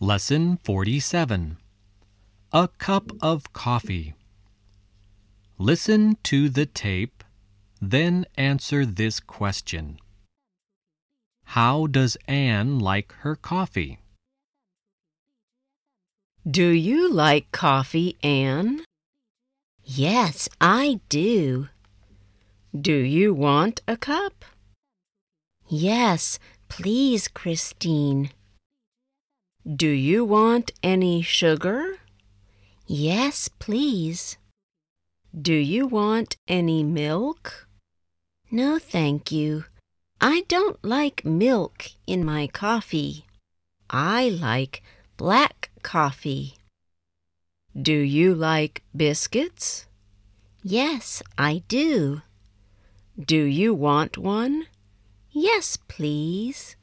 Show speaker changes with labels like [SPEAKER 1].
[SPEAKER 1] Lesson 47 A Cup of Coffee. Listen to the tape, then answer this question How does Anne like her coffee?
[SPEAKER 2] Do you like coffee, Anne?
[SPEAKER 3] Yes, I do.
[SPEAKER 2] Do you want a cup?
[SPEAKER 3] Yes, please, Christine.
[SPEAKER 2] Do you want any sugar?
[SPEAKER 3] Yes, please.
[SPEAKER 2] Do you want any milk?
[SPEAKER 3] No, thank you. I don't like milk in my coffee. I like black coffee.
[SPEAKER 2] Do you like biscuits?
[SPEAKER 3] Yes, I do.
[SPEAKER 2] Do you want one?
[SPEAKER 3] Yes, please.